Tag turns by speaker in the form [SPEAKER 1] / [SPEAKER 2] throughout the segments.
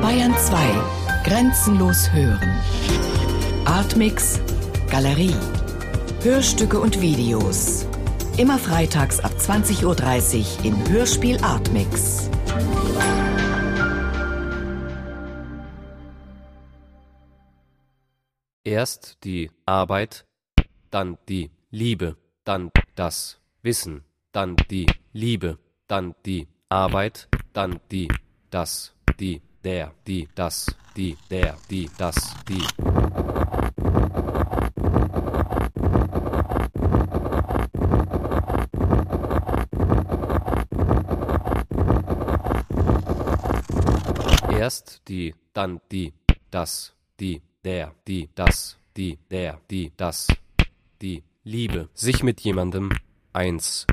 [SPEAKER 1] Bayern 2. Grenzenlos hören. Artmix. Galerie. Hörstücke und Videos. Immer freitags ab 20.30 Uhr im Hörspiel Artmix.
[SPEAKER 2] Erst die Arbeit, dann die Liebe, dann das Wissen, dann die Liebe, dann die Arbeit, dann die das, die der, die das, die der, die das, die. Erst die, dann die, das, die, der, die, das, die, der, die, das, die Liebe, sich mit jemandem eins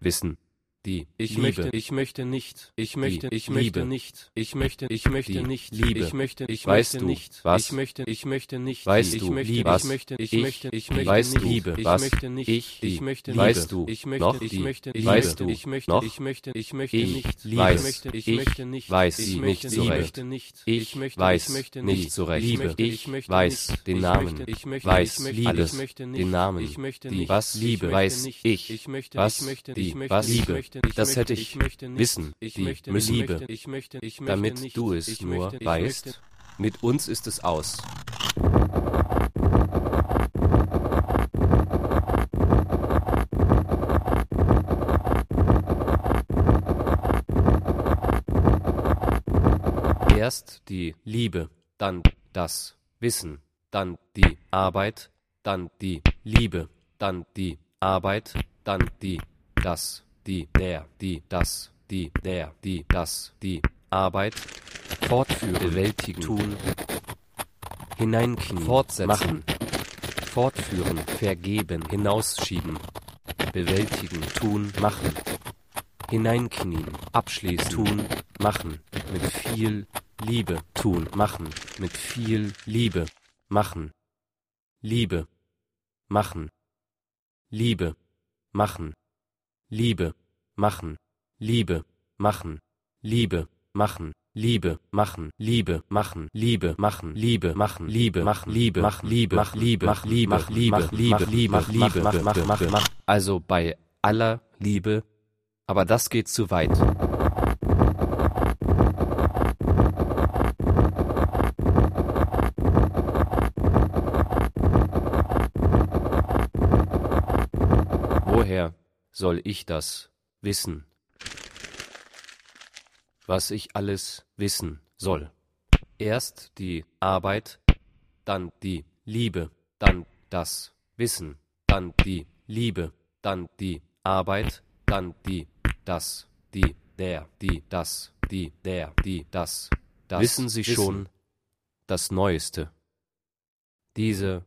[SPEAKER 2] wissen, die ich Liebe. möchte, ich möchte nicht, ich möchte, ich möchte nicht, ich möchte, ich möchte nicht, Liebe. ich möchte, ich weißt möchte nicht, was? ich möchte, ich möchte nicht, weißt ich du, möchte, Liebe. ich möchte, ich möchte, ich möchte weißt nicht, Liebe. ich möchte nicht, ich, ich möchte nicht, weißt du, ich möchte, noch ich möchte, ich weißt du, ich möchte, ich möchte, ich möchte nicht, Liebe. ich möchte, ich möchte nicht, weiß ich möchte, ich möchte nicht, ich möchte, weiß nicht so recht, Liebe. ich weiß den Namen, ich möchte, weiß alles, den Namen, ich möchte nicht, was Liebe, weiß ich, ich möchte, was die, was Liebe das hätte ich wissen, die Liebe, damit du es nur weißt. Mit uns ist es aus. Erst die Liebe, dann das Wissen, dann die Arbeit, dann die Liebe, dann die Arbeit, dann die das die, der, die, das, die, der, die, das, die Arbeit fortführen, bewältigen, tun, hineinknien, fortsetzen, machen, fortführen, vergeben, hinausschieben, bewältigen, tun, machen, hineinknien, abschließen, tun, machen, mit viel Liebe, tun, machen, mit viel Liebe, machen, Liebe, machen, Liebe, machen. Liebe, machen, Liebe, machen, Liebe, machen, Liebe, machen, Liebe, machen, Liebe, machen, Liebe, machen, Liebe, machen, Liebe, machen, Liebe, mach Liebe, mach Liebe, mach Liebe, mach Liebe, Liebe, mach Liebe, mach mach mach mach. Also bei aller Liebe, aber das geht zu weit. Woher soll ich das wissen, was ich alles wissen soll. Erst die Arbeit, dann die Liebe, dann das Wissen, dann die Liebe, dann die Arbeit, dann die, das, die, der, die, das, die, der, die, das, das. Wissen Sie schon das Neueste? Diese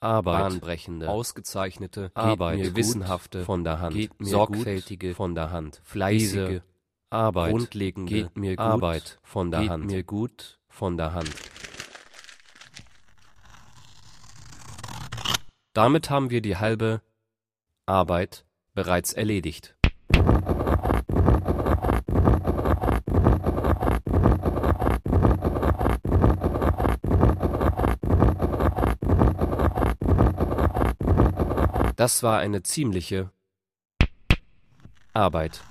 [SPEAKER 2] Arbeit, bahnbrechende, ausgezeichnete Arbeit, mir wissenhafte von der Hand, sorgfältige von der Hand, fleißige Arbeit, grundlegende geht mir Arbeit von der Hand, mir gut von der Hand. Damit haben wir die halbe Arbeit bereits erledigt. Das war eine ziemliche Arbeit.